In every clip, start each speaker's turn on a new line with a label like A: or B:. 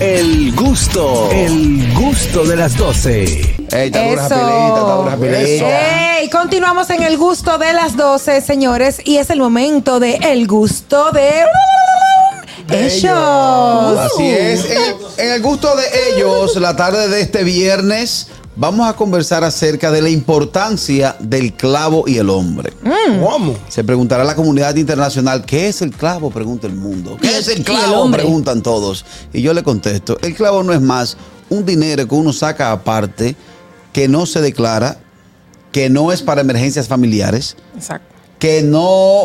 A: El gusto, el gusto de las 12.
B: Ey, está dura esa
C: Eso.
B: peleita, está dura esa peleita.
C: Ey, continuamos en el gusto de las 12, señores, y es el momento de el gusto de ellos.
B: Así es. En, en el gusto de ellos, la tarde de este viernes, vamos a conversar acerca de la importancia del clavo y el hombre.
C: Mm.
D: ¿Cómo?
B: Se preguntará a la comunidad internacional, ¿qué es el clavo? Pregunta el mundo. ¿Qué es el clavo?
C: hombre?
B: Preguntan todos. Y yo le contesto, el clavo no es más un dinero que uno saca aparte, que no se declara, que no es para emergencias familiares,
C: Exacto.
B: que no,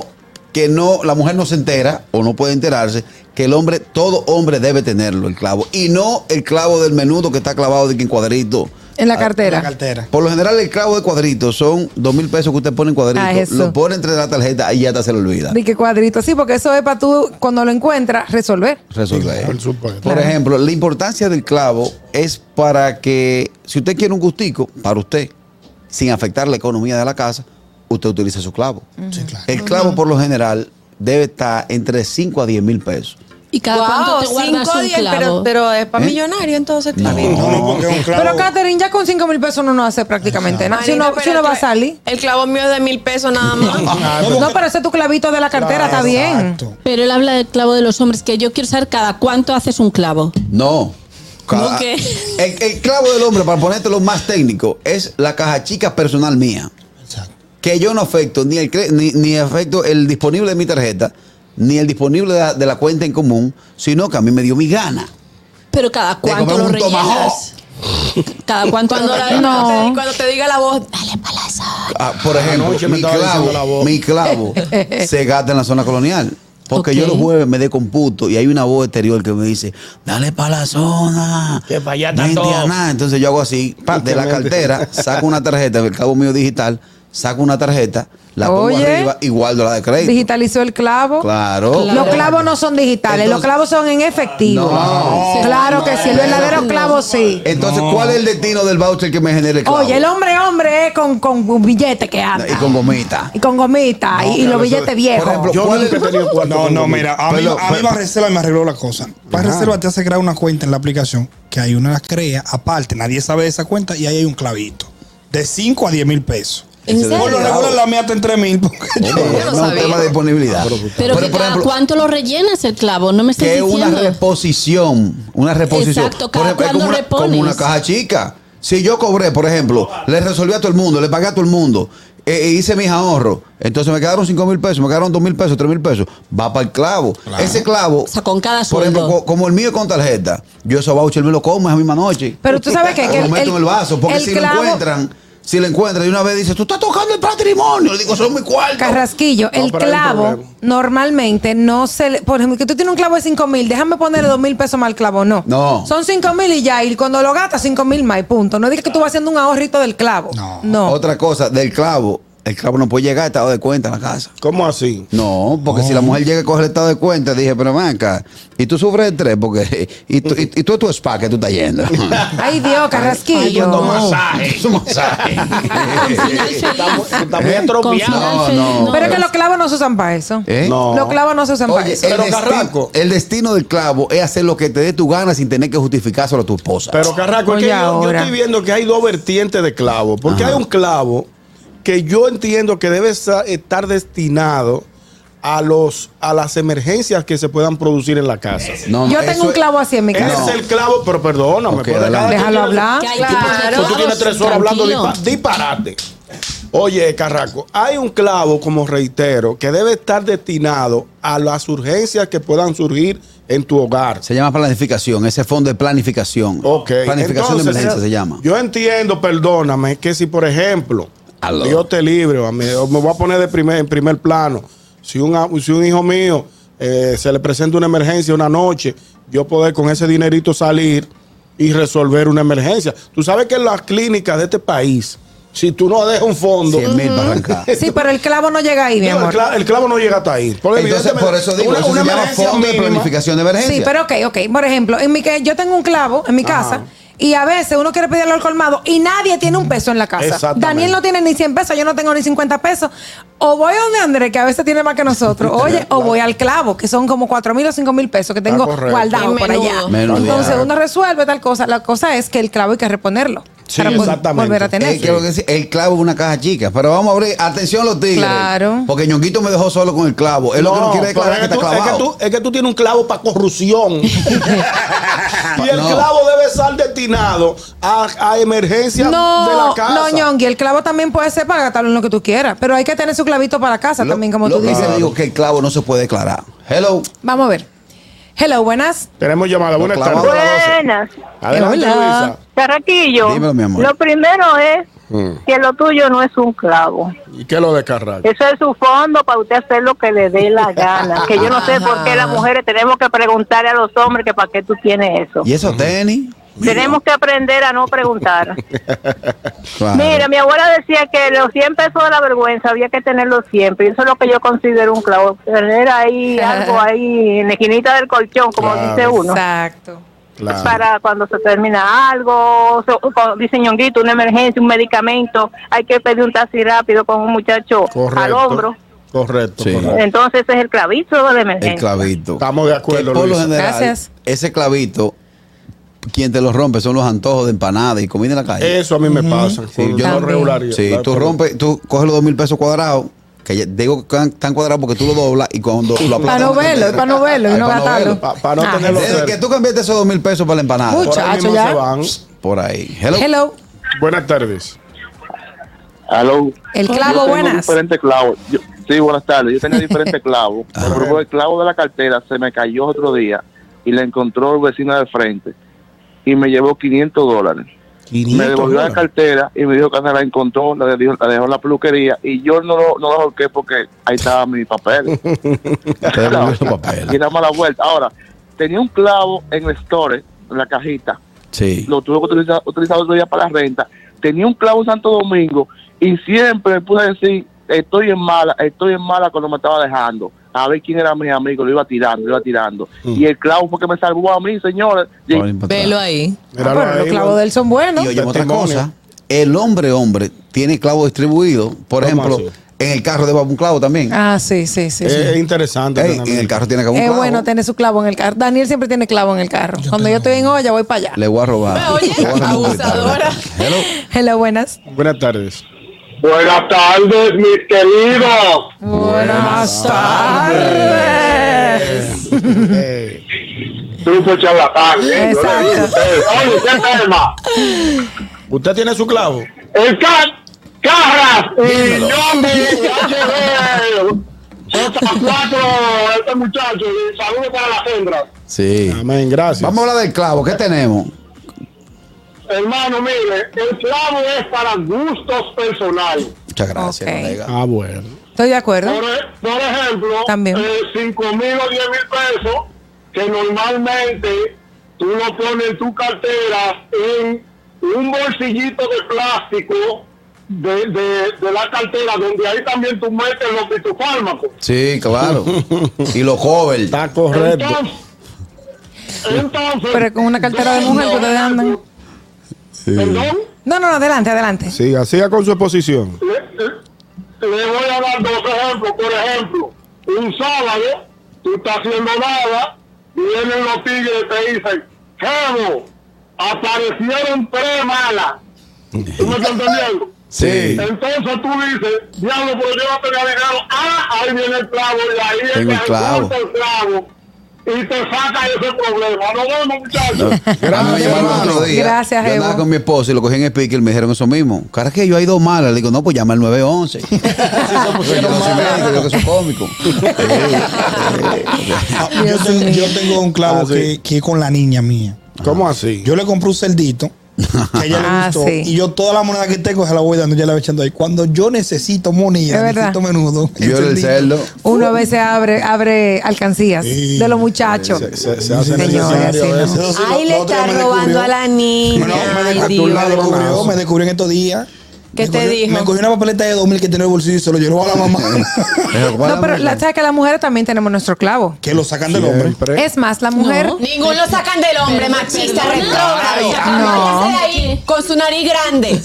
B: que no, la mujer no se entera o no puede enterarse, que el hombre, todo hombre debe tenerlo, el clavo. Y no el clavo del menudo que está clavado de que en cuadrito.
C: En la
D: La
C: cartera.
D: cartera.
B: Por lo general, el clavo de cuadrito son dos mil pesos que usted pone
C: Ah,
B: en cuadrito,
C: eso.
B: lo pone entre la tarjeta y ya hasta se le olvida.
C: De qué cuadrito, sí, porque eso es para tú, cuando lo encuentras, resolver.
B: Resolver.
D: Por supuesto.
B: Por ejemplo, la importancia del clavo es para que, si usted quiere un gustico para usted, sin afectar la economía de la casa, usted utiliza su clavo.
D: Sí, claro.
B: El clavo, por lo general, debe estar entre 5 a 10 mil pesos.
E: ¿Y cada cuánto te guardas un
F: pero,
E: clavo?
F: pero es para
B: ¿Eh?
F: millonario, entonces
B: No.
F: está bien.
D: No, no, porque es un clavo.
C: Pero Catherine, ya con 5 mil pesos uno no hace prácticamente nada. Si uno,
F: Manito,
C: si uno
F: pero
C: va a
F: tú-
C: salir.
F: El clavo mío es de mil pesos nada más.
D: Ah, ¿cómo?
C: No, pero ese es tu clavito de la cartera, está bien.
D: Exacto.
E: Pero él habla del clavo de los hombres, que yo quiero saber cada cuánto haces un clavo.
B: No.
E: ¿Cómo
B: Cada-
E: que?
B: El, el clavo del hombre, para ponértelo más técnico, es la caja chica personal mía.
D: Exacto.
B: Que yo no afecto ni, el, cre- ni, ni afecto el disponible de mi tarjeta, ni el disponible de la, de la cuenta en común, sino que a mí me dio mi gana.
E: Pero cada cuánto
B: compré
E: lo
B: un
E: rellenas. Cada cuánto
F: Cuando,
E: lo
F: la-
E: rellenas.
F: cuando te, cuando te diga la voz, dale pa' la
B: Ah, por ejemplo,
D: Anoche me
B: mi,
D: estaba diciendo la
B: clavo,
D: voz.
B: mi clavo se gasta en la zona colonial. Porque yo
E: Ok.
B: los jueves me descomputo y hay una voz exterior que me dice, dale para la zona.
D: Que pa' allá está
B: vente
D: todo".
B: a nada. Entonces yo hago así, pa, de la cartera, saco una tarjeta, el clavo mío digital, saco una tarjeta, la pongo
C: Oye.
B: arriba y guardo la de crédito.
C: Digitalizó el clavo.
B: Claro.
E: Claro.
C: Los clavos no son digitales,
B: Entonces-
C: los clavos son en efectivo.
B: No.
E: Sí.
C: Claro que sí, el verdadero clavo sí.
B: Entonces, ¿cuál es el destino del voucher que me genera el clavo?
C: Oye, el hombre, hombre, es con, con un billete que anda.
B: Y con gomita.
C: Y con gomita
D: No,
C: y, y los
D: claro,
C: billetes
D: eso-
C: viejos.
B: por ejemplo,
D: Yo
B: ¿Cuál
D: nunca
B: es?
D: he tenido cuarto
G: No,
D: con
G: no,
D: un
G: mira, a mí,
B: Pero-
G: a mí
B: pero-
G: Banreserva me arregló la cosa. Banreserva te hace crear una cuenta en la aplicación, que hay una las crea aparte, nadie sabe de esa cuenta y ahí hay un clavito. De 5 a 10 mil pesos.
E: ¿En
B: Ese de-
G: Por lo
E: serio?
G: regular la mía está en 3 mil. porque
D: Oh,
B: Oye,
G: yo-
F: no
B: no, Eh, un
F: sabía.
B: tema de disponibilidad.
E: Pero
B: Por-
E: que
B: por
E: cada
B: ejemplo,
E: cuánto lo rellenas el clavo, no me estás
B: que es una
E: diciendo.
B: reposición. Una reposición.
E: Exacto, cada
B: es
E: cuándo
B: como una,
E: repones.
B: como una caja chica. Si yo cobré, por ejemplo, le resolví a todo el mundo, le pagué a todo el mundo, e- e hice mis ahorros, entonces me quedaron 5 mil pesos, me quedaron 2 mil pesos, 3 mil pesos, va para el clavo. Ese clavo,
E: O sea, con cada
B: por ejemplo,
E: sueldo.
B: co- como el mío es con tarjeta, yo esos vouchers me lo como esa misma noche.
C: Pero tú sabes qué, que
B: lo
C: el-
B: meto en el vaso, porque
C: el
B: si
C: clavo-
B: lo encuentran, si lo encuentran, de una vez dice, tú estás tocando el patrimonio, le digo, son mi cuarto.
C: Carrasquillo,
D: No,
C: el
D: pero hay un
C: clavo
D: problema.
C: normalmente no se le. Por ejemplo, que tú tienes un clavo de 5 mil, déjame ponerle 2 mil pesos más al clavo, no.
B: No.
C: Son 5 mil y ya, y cuando lo gastas, 5 mil más, y punto. No digas que tú vas haciendo un ahorrito del clavo.
G: No.
B: Otra cosa, del clavo, el clavo no puede llegar a estado de cuenta en la casa.
D: ¿Cómo así?
B: No, porque si la mujer llega a coger el estado de cuenta, dije, pero ven acá, y tú sufres de tres, porque, y tú, y, y tú es tu spa que tú estás yendo.
C: Ay, Dios,
D: Dando
C: Carrasquillo.
D: masaje.
B: Es un masaje.
D: Está muy- está muy
B: ¿Eh?
D: atropiado.
B: No,
E: Confidal
B: no.
E: feliz,
C: Pero es que los clavos no se usan para eso.
B: ¿Eh?
D: No.
C: Los clavos no se usan para
B: Oye, el,
C: eso.
D: Pero,
B: desti-
D: Carrasco.
B: el destino del clavo es hacer lo que te dé tu gana sin tener que justificárselo a tu esposa.
D: Pero Carraco, es
C: Oye,
D: que yo, yo
C: ahora.
D: estoy viendo que hay dos vertientes de clavo. Porque
B: Ajá.
D: hay un clavo que yo entiendo que debe sa- estar destinado a los a las emergencias que se puedan producir en la casa.
B: No, no,
C: Yo
B: eso
C: tengo un
B: es-
C: clavo así en mi
D: Ese
C: casa.
D: es el clavo, pero perdóname.
B: Ok,
D: pero de
B: adelante.
D: cada quien
C: Déjalo
D: tiene-
C: hablar.
E: Que hay tipos de
F: Claro.
D: Pues tú tienes tres horas hablando
E: tranquilo.
D: dispa- disparate. Oye, Carraco, hay un clavo, como reitero, que debe estar destinado a las urgencias que puedan surgir en tu hogar.
B: Se llama planificación, ese fondo de planificación.
D: Ok.
B: Planificación
D: Entonces, eh,
B: de emergencia se llama.
D: Yo entiendo, perdóname, que si, por ejemplo,
B: Aló.
D: Dios te libre, a mí- me voy a poner de primer, en primer plano. Si un, a- si un hijo mío eh, se le presenta una emergencia una noche, yo poder con ese dinerito salir y resolver una emergencia. Tú sabes que en las clínicas de este país, si tú no dejas un fondo.
B: 100 mil para arrancar.
C: Sí, pero el clavo no llega ahí, mi
D: no, el,
C: amor.
D: cla- el clavo no llega hasta ahí. Porque
B: Entonces,
D: evidentemente,
B: por eso digo,
D: una-
B: eso
D: una
B: se llama
D: emergencia
B: fondo de
D: mínima-
B: planificación de emergencia.
C: Sí, pero ok, ok. Por ejemplo, en mi que yo tengo un clavo en mi casa Y a veces uno quiere pedirlo al colmado y nadie tiene un peso en la casa.
D: Exactamente.
C: Daniel no tiene ni 100 pesos, yo no tengo ni 50 pesos. O voy donde André, que a veces tiene más que nosotros. Oye, o voy al clavo, que son como 4 mil o 5 mil pesos que tengo
D: correcto.
C: guardados
F: Y
C: por allá.
F: menudo.
B: Menudo.
C: Entonces uno resuelve tal cosa. La cosa es que el clavo hay que reponerlo.
D: Sí,
C: para po-
D: exactamente.
C: volver a tener.
B: Eh, que lo que sí, el clavo es una caja chica. Pero vamos a abrir. Atención los tigres.
C: Claro.
B: Porque Ñonguito me dejó solo con el clavo. Él lo que no quiere declarar es que
D: pero
B: está
D: tú- es, que
B: clavado.
D: tú, es que tú tienes un clavo para corrupción. y el
B: Ah, No.
D: clavo debe estar destinado a, a emergencias de la
C: No,
D: casa.
C: no, Ñongui, el clavo también puede ser para gastarlo en lo que tú quieras, pero hay que tener su clavito para casa
B: Lo-
C: también, como
B: lo
C: tú
B: que
C: dices.
B: yo digo es que el clavo no se puede declarar. Hello.
C: Vamos a ver. Hello, buenas.
D: Tenemos llamada. Buenas
B: Los clavos
D: tardes.
B: de la doce.
H: Buenas.
D: Adelante,
C: Hola.
H: Carraquillo,
B: Dímelo, mi amor.
H: lo primero es
D: Mm.
H: que lo tuyo no es un clavo.
D: Luisa. ¿Y qué lo descarra?
H: Eso es su fondo para usted hacer lo que le dé la gana. Que yo no sé por qué las
B: Ah.
H: mujeres tenemos que preguntarle a los hombres que para qué tú tienes eso.
B: ¿Y esos tenis?
H: Tenemos que aprender a no preguntar.
B: Claro.
H: Mira, mi abuela decía que los 100 pesos de la vergüenza había que tenerlos siempre. Y eso es lo que yo considero un clavo. Tener ahí algo ahí en la esquinita del colchón, como
D: Claro.
H: dice uno.
C: Exacto.
D: Claro.
H: para cuando se termina algo, so- cuando dice ñonguito, una emergencia, un medicamento, hay que pedir un taxi rápido con un muchacho
D: Correcto.
H: al hombro.
D: Correcto.
B: Sí.
I: Eh.
D: correcto.
H: Entonces ese es el clavito de la
B: El
H: emergencia.
B: clavito.
D: Estamos de acuerdo,
B: Que por lo
D: Luisa.
B: general,
C: Gracias.
B: Ese clavito, quien te lo rompe son los antojos de empanada y comida en la calle.
D: Eso a mí me pasa.
B: Sí,
D: con
B: yo-
D: la
B: También.
D: regularidad.
B: Sí, tú rompes, tú coges los dos mil pesos cuadrados, que ya- digo que están cuadrados porque tú lo doblas y cuando lo aplatas.
C: Para no verlo, es para no verlo y
B: Ay,
C: no
B: pa' no
C: gastarlo.
B: verlo,
D: pa- pa' no
C: Ah,
D: tenerlo
B: Desde
D: cerca.
B: que tú cambiaste esos dos mil pesos para la empanada.
C: Uy.
D: Por ahí
C: Muchacho,
D: mismo
C: ya.
D: se van.
B: Por ahí. Hello.
C: Hello.
D: Buenas tardes.
I: Aló.
C: El
I: Yo
C: clavo,
I: tengo
C: buenas.
I: diferentes clavos. Yo- sí, buenas tardes. Yo tenía diferentes clavos.
D: Ah.
B: Ajá.
I: Pero el clavo de la cartera se me cayó otro día y le encontró el vecino de frente y me llevó 500 dólares. Me devolvió la cartera y me dijo que se la encontró, la dejó, la dejó en la peluquería y yo no lo, no la ahorqué porque ahí estaba mi papel.
B: Te devolvió los papeles.
I: y damos la vuelta. Ahora, tenía un clavo en el store, en la cajita,
B: Sí.
I: lo tuve que utilizar, utilizar otro día para la renta. Tenía un clavo en Santo Domingo y siempre me puse a decir, estoy en mala, estoy en mala cuando me estaba dejando. A ver quién era mis amigos, lo iba tirando, lo iba tirando. Y el clavo fue que me salvó a mí, señores. Y-
B: Por ahí para atrás.
F: Velo ahí.
C: Ah,
D: Míralo
C: pero los
D: ahí,
C: clavos de él son buenos.
B: Y oye, otra
D: Testimonio.
B: cosa, el hombre hombre tiene clavo distribuido. Por
D: ¿Cómo
B: ejemplo,
D: así?
B: en el carro debe haber un clavo también.
C: Ah, sí, sí, sí.
D: Es
C: sí.
D: interesante.
B: Ey,
D: tener-
B: en el carro tiene que haber Eh, un
C: es
B: clavo.
C: bueno tener su clavo en el carro. Daniel siempre tiene clavo en el carro. Cuando yo estoy en olla, voy para allá.
B: Le voy a robar.
F: Ah, oye,
B: Le voy a robar un cristal.
F: abusadora.
B: Hello.
C: Hello, buenas.
D: Buenas tardes.
J: Buenas tardes, mis queridos.
C: Buenas tardes.
D: Eh,
J: Grupo charlatán. ¿eh? Yo le digo a
C: Exacto.
J: ustedes. Oye, ¿qué tema?
D: ¿Usted tiene su clavo?
J: El Ca- Carras y Yombi y HD. Estos cuatro, este muchacho. y Saludos para las hembras.
B: Sí.
D: Amén, gracias.
B: Vamos a hablar del clavo. ¿Qué tenemos?
J: Hermano, mire, el clavo es para gustos personales.
B: Muchas gracias,
C: Ok.
B: colega.
D: Ah, bueno.
C: Estoy de acuerdo.
J: Por, e- por ejemplo,
C: También.
J: 5 mil o 10 mil pesos que normalmente tú lo pones en tu cartera en un bolsillito de plástico de, de- de la cartera, donde ahí también tú metes los fitofármacos.
B: Sí, claro. y los jóvenes.
D: Está correcto.
J: Entonces, entonces,
C: Pero con una cartera de mujer que ustedes andan.
J: Perdón,
C: No, no, no, adelante, adelante.
D: Siga, siga con su exposición.
J: le, le- le voy a dar dos ejemplos. Por ejemplo, un sábado, tú estás haciendo nada, vienen los tigres y te dicen, Jebo, aparecieron tres malas. ¿Tú me estás entendiendo?
B: Sí.
J: Entonces tú dices, diablo, pero yo no tenía dinero. Ah, ahí viene el clavo y ahí es
B: Tengo
J: que
B: el clavo.
J: recorta el clavo. Y te saca ese problema. Nos vemos,
B: No.
J: muchachos.
B: A mí me llamaron
C: hermano.
B: otro día.
C: Gracias,
B: Yo andaba
C: Evo.
B: con mi esposa y lo cogí en speaker y me dijeron eso mismo. Cara, que yo hay dos malas. Le digo, no, pues llama al 911. Sí, yo no soy médico, yo que soy cómico.
G: Ah, yo, tengo, yo tengo un clavo
D: Ah, sí.
G: que, que es con la niña mía.
D: ¿Cómo así?
G: Yo le compré un cerdito que a ella
C: Ah,
G: le gustó.
C: sí.
G: Y yo toda la moneda que tengo se la voy dando, ya la voy echando ahí. Cuando yo necesito moneda,
C: Es verdad.
G: necesito menudo.
B: Yo era el
G: cerdito.
B: cerdo.
C: Uno a veces abre, abre alcancías
G: Sí.
C: de los muchachos.
D: Se, se- se hace
C: Señores,
D: necesario
C: sí,
D: a
C: no.
D: veces.
G: Eso sí,
F: Ahí
G: lo-
F: le
G: lo otro
F: está
G: día me
F: robando
G: descubrió.
F: a la niña.
G: Me lo- me
F: Ay,
G: descubrió,
F: Dios.
G: me descubrió en estos días
E: ¿Qué
G: Me
E: te
G: cogió-
E: dijo?
G: Me cogí una papeleta de 2000 que tenía en el bolsillo y se lo llevó a la mamá.
C: No, pero la sabes que las mujeres también tenemos nuestro clavo.
G: que lo sacan del hombre.
C: Es más, la mujer.
E: Ninguno lo sacan del hombre,
K: Pero-
E: machista,
K: perdona.
E: retrógrado.
C: Ay, no.
E: Váyase de ahí con su nariz grande.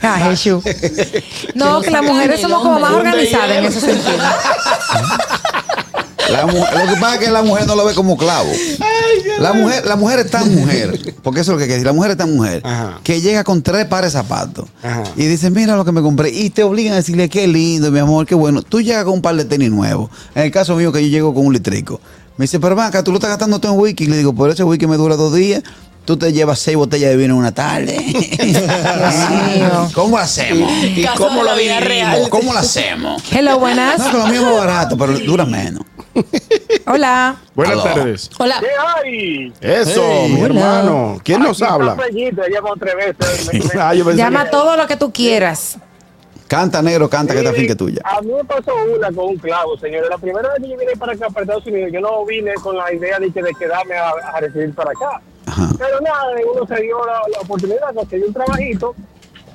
C: Ah, Jesús. No, que las mujeres somos como más organizadas en ese sentido.
B: La mu- lo que pasa es que la mujer no lo ve como clavo. La mujer, la mujer es tan mujer, porque eso es lo que hay que decir, la mujer es tan mujer,
D: Ajá.
B: que llega con tres pares de zapatos
D: Ajá.
B: y dice, mira lo que me compré, y te obligan a decirle, qué lindo, mi amor, qué bueno. Tú llegas con un par de tenis nuevos. En el caso mío que yo llego con un litrico. Me dice, pero ven acá, tú lo estás gastando todo en wiki. Y le digo, por ese wiki me dura dos días. Tú te llevas seis botellas de vino en una tarde.
C: mío.
B: ¿Cómo hacemos? ¿Y
E: Caso
B: cómo
E: de
B: lo
E: la vida
B: dividimos?
E: real.
B: ¿Cómo lo hacemos?
C: Hello, buenas.
B: No, que lo mío es más barato, pero dura menos.
C: Hola.
D: Buenas
B: Aló.
D: tardes.
K: Hola.
F: ¿Qué hay?
D: Eso,
B: Hey,
D: mi
C: hola.
D: hermano. ¿Quién nos habla?
F: Llamo tres veces. Me- me-
D: Ah, yo pensé
C: Llama
D: que-
C: todo lo que tú quieras.
B: Canta negro, canta que esta finca es tuya.
F: A mí me pasó una con un clavo, señores. La primera vez que yo vine para acá, para Estados Unidos, yo no vine con la idea de, que de quedarme a, a recibir para acá.
B: Ajá.
F: Pero nada, uno se dio la, la oportunidad, conseguí un trabajito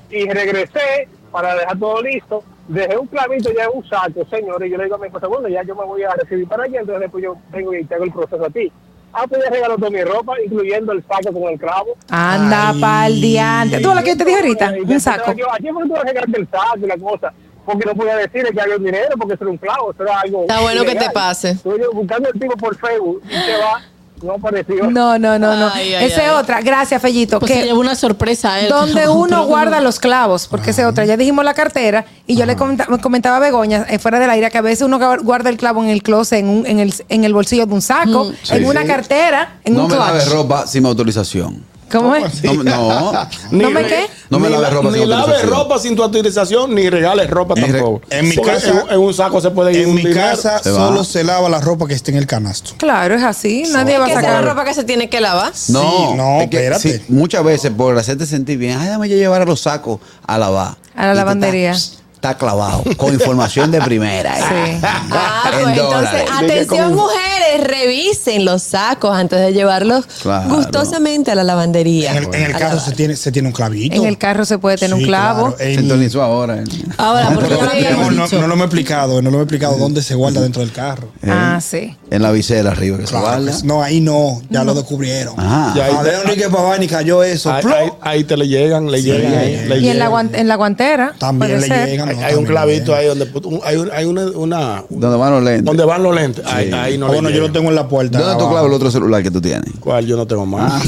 F: y regresé para dejar todo listo. Dejé un clavito ya en un saco, señores. y Yo le digo a mi esposa, bueno, ya yo me voy a recibir para allá, entonces después yo tengo y te hago el proceso a ti. Ah, pues ya regaló toda mi ropa, incluyendo el saco con el clavo.
C: Anda
G: Ay.
C: pa'l diante. ¿Tú ves lo que yo te dije ahorita?
F: Y
C: Un
F: después
C: saco.
F: Yo, ¿A quién fue que tú vas a regalar el saco y la cosa? Porque no podía decir que había un dinero, porque eso era un clavo, eso era algo.
E: Está bueno que
F: ilegal.
E: te pase.
F: Estuve yo buscando el tipo por Facebook y se va, no apareció.
C: No, no, no, no.
E: Ay, ay,
C: Esa es
E: ay.
C: otra. Gracias, Fellito.
K: Pues se
C: que
K: llevó una sorpresa
E: eh,
K: a él.
C: donde uno guarda los clavos, porque esa es otra. Ya dijimos la cartera y yo le comenta- comentaba a Begoña eh, fuera del aire que a veces uno gua- guarda el clavo en el closet, en, un- en el, en el bolsillo de un saco,
B: Sí.
C: en una cartera, en
B: no
C: un
B: me laves
C: clutch.
B: ropa sin mi autorización.
C: ¿Cómo es?
B: No, pues. me- no.
D: Ni
C: ¿No me
D: re-
C: qué?
B: No me
D: ni
B: laves
D: la-
B: ropa
D: Ni
B: sin
D: laves
B: autorización.
D: ropa sin tu autorización, ni regales ropa
B: Ni re-
D: tampoco.
G: En mi
D: Porque
G: casa-
D: en, en un saco se puede ir
G: En
D: un
G: mi
D: dinero.
G: casa
B: Se va.
G: solo se lava la ropa que esté en el canasto.
C: Claro, es así. Nadie va a
E: ¿Qué es la
C: sacar
E: ropa que se tiene que lavar?
B: No,
G: Sí, no,
B: es que
G: espérate.
B: sí, muchas veces por hacerte sentir bien, ay, dame yo llevar a los sacos a lavar.
C: A la
B: Y tú
C: lavandería.
B: estás- Está clavado, con información de primera. eh.
C: Sí.
E: Ah,
B: En
E: pues entonces,
B: dólares.
E: atención mujeres, revisen los sacos antes de llevarlos
B: Claro.
E: gustosamente a la lavandería.
G: En el, en el
E: A
G: carro
E: lavar.
G: se tiene, se tiene un clavito.
C: En el carro se puede tener
G: Sí,
C: un clavo.
G: claro. En-
B: Sintonizó ahora. eh.
K: Ahora, porque ya lo
G: no,
K: habíamos
G: no,
K: dicho.
G: no lo me he explicado, no lo me he explicado dónde se guarda dentro del
B: Eh,
G: carro.
C: Ah, sí.
B: En la visera arriba que se
G: Claro,
B: guarda.
G: pues, no, ahí no, ya lo descubrieron.
B: Ajá.
D: Ya Ah. ahí
G: A
D: te-
G: ver, Enrique Pavani cayó eso.
D: Ahí,
G: ¡plop!
D: ahí- ahí te le llegan, le llegan. ahí, le
C: Y en la,
D: llegan.
C: guan- en la guantera.
G: También
C: puede
G: le
C: ser.
G: llegan.
D: Hay,
G: Ah, no,
D: hay
G: también
D: un clavito
G: le
D: ahí donde put- un- hay, un- hay una, una-
B: Donde van los lentes.
D: donde van los lentes. Ahí, ahí no
G: Ah,
D: le
G: bueno, yo
D: llegan.
G: lo tengo en la puerta.
B: ¿Dónde tú
G: abajo.
B: clavas el otro celular que tú tienes?
D: ¿Cuál? Yo no tengo más.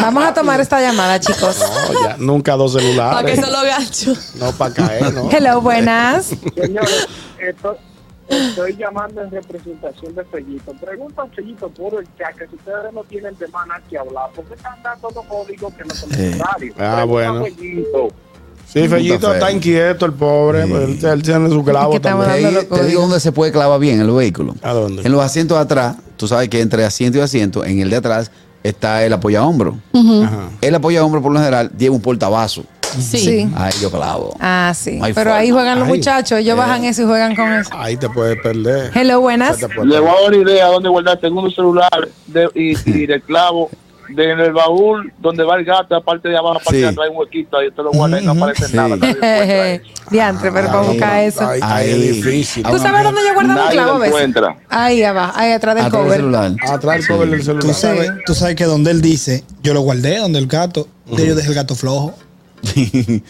C: Vamos a tomar esta llamada, chicos.
D: No, ya, nunca dos celulares.
E: Para que se lo gacho.
D: No, para caer, ¿no?
C: Hello, buenas.
F: Señores, estoy, estoy llamando en representación de Fellito. Pregunta a Fellito por el chat, que si ustedes no tienen de más nada que hablar, ¿por qué están dando los códigos que no son
B: Sí.
F: necesarios?
D: Ah,
F: Pregunta a
D: bueno.
F: Fellito.
D: Sí, Fellito está inquieto, el pobre. pues, Él, él tiene su clavo
C: Es que estamos
D: también.
C: Dando
B: Te-
C: los
B: te
C: códigos.
B: digo dónde se puede clavar bien el vehículo.
D: ¿A dónde?
B: En los asientos de atrás, tú sabes que entre asiento y asiento, en el de atrás, está el apoyahombro.
D: Ajá.
B: El apoyahombro, por lo general, lleva un portabazo.
K: Sí.
C: Sí.
B: Ahí yo clavo.
C: Ah, sí.
B: No hay
C: Pero
B: forma.
C: ahí juegan los
D: Ahí.
C: muchachos.
B: Eh.
C: Ellos bajan eso y juegan con eso.
D: Ahí te puedes perder.
C: Hello, buenas.
D: Te puedes
I: Le voy
D: perder.
I: a dar una idea dónde guardar. Tengo un celular de, y, y de clavo de en el baúl donde va el gato, aparte de abajo, aparte
B: Sí.
I: de atrás hay un huequito. Ahí te lo guarda y no aparece
B: Sí.
I: nada. nadie encuentra eso.
C: Diantre, pero para buscar eso.
D: Ahí, ahí es difícil.
C: ¿Tú sabes dónde yo guardaba un
I: Nadie
C: clavo?
I: lo
C: ves?
I: encuentra.
C: Ahí abajo, ahí atrás del
B: Atrás del
C: cover.
B: celular.
D: Atrás el cover del celular.
G: Tú sabes,
C: Sí.
G: tú sabes que donde él dice, yo lo guardé, donde el gato, de yo dejé el gato flojo.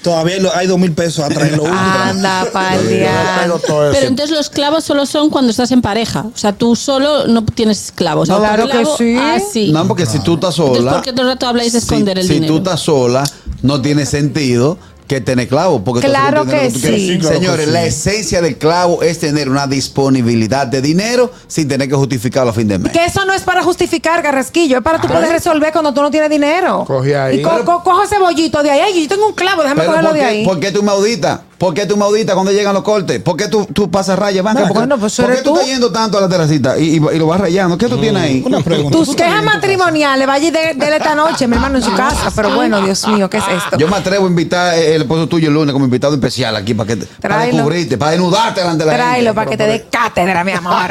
G: Todavía lo- hay dos mil pesos atrás en lo último.
C: Anda pa'l
D: Pero
C: diantre.
D: todo eso.
K: Pero entonces los clavos solo son cuando estás en pareja. O sea, tú solo no tienes clavos.
B: No,
K: Un
B: claro
C: que
K: clavo
C: sí.
K: Así.
B: No, porque si tú estás
K: Entonces,
B: sola.
K: ¿por qué todo el rato habláis de
B: si-
K: esconder el
B: si
K: dinero?
B: tú estás sola, no tiene sentido que tener clavo. Porque tú
C: Claro
B: haces con
C: que
B: el dinero tú quieres.
C: sí. Sí,
G: claro que
B: Señores,
G: sí.
B: la esencia del clavo es tener una disponibilidad de dinero sin tener que justificarlo a fin de mes.
C: Que eso no es para justificar, Garrasquillo. Es para tú poder resolver cuando tú no tienes dinero.
D: Coge ahí.
C: Y co- co- cojo ese bollito de ahí. Ay, yo tengo un clavo, déjame
B: Pero
C: cogerlo
B: ¿por
C: de
B: qué,
C: ahí.
B: por qué tú me auditas? ¿Por qué tú mauditas cuando llegan los cortes? ¿Por qué tú, tú pasas rayas? Banca,
C: No,
B: ¿Por qué,
C: bueno, pues,
B: por qué
C: eres
B: tú
C: tú.
B: estás yendo tanto a la terracita y, y, y lo vas rayando? ¿Qué tú tienes ahí?
G: Mm, Una pregunta.
C: Tus quejas matrimoniales, vaya y dé- dele esta noche, mi hermano, en su casa. Pero bueno, Dios mío, ¿qué es esto?
B: Ah. Yo me atrevo a invitar eh, el esposo tuyo el lunes como invitado especial aquí para que te- para
C: Tráelo.
B: descubrirte, para desnudarte delante de la
C: Tráelo
B: gente.
C: para que te
B: Pero-
C: dé cátedra, mi amor.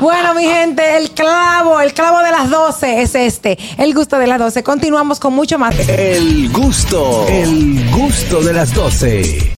C: bueno, mi gente, el clavo, el clavo de las 12 es este. El gusto de las 12. Continuamos con mucho más.
A: El gusto, el gusto de las 12.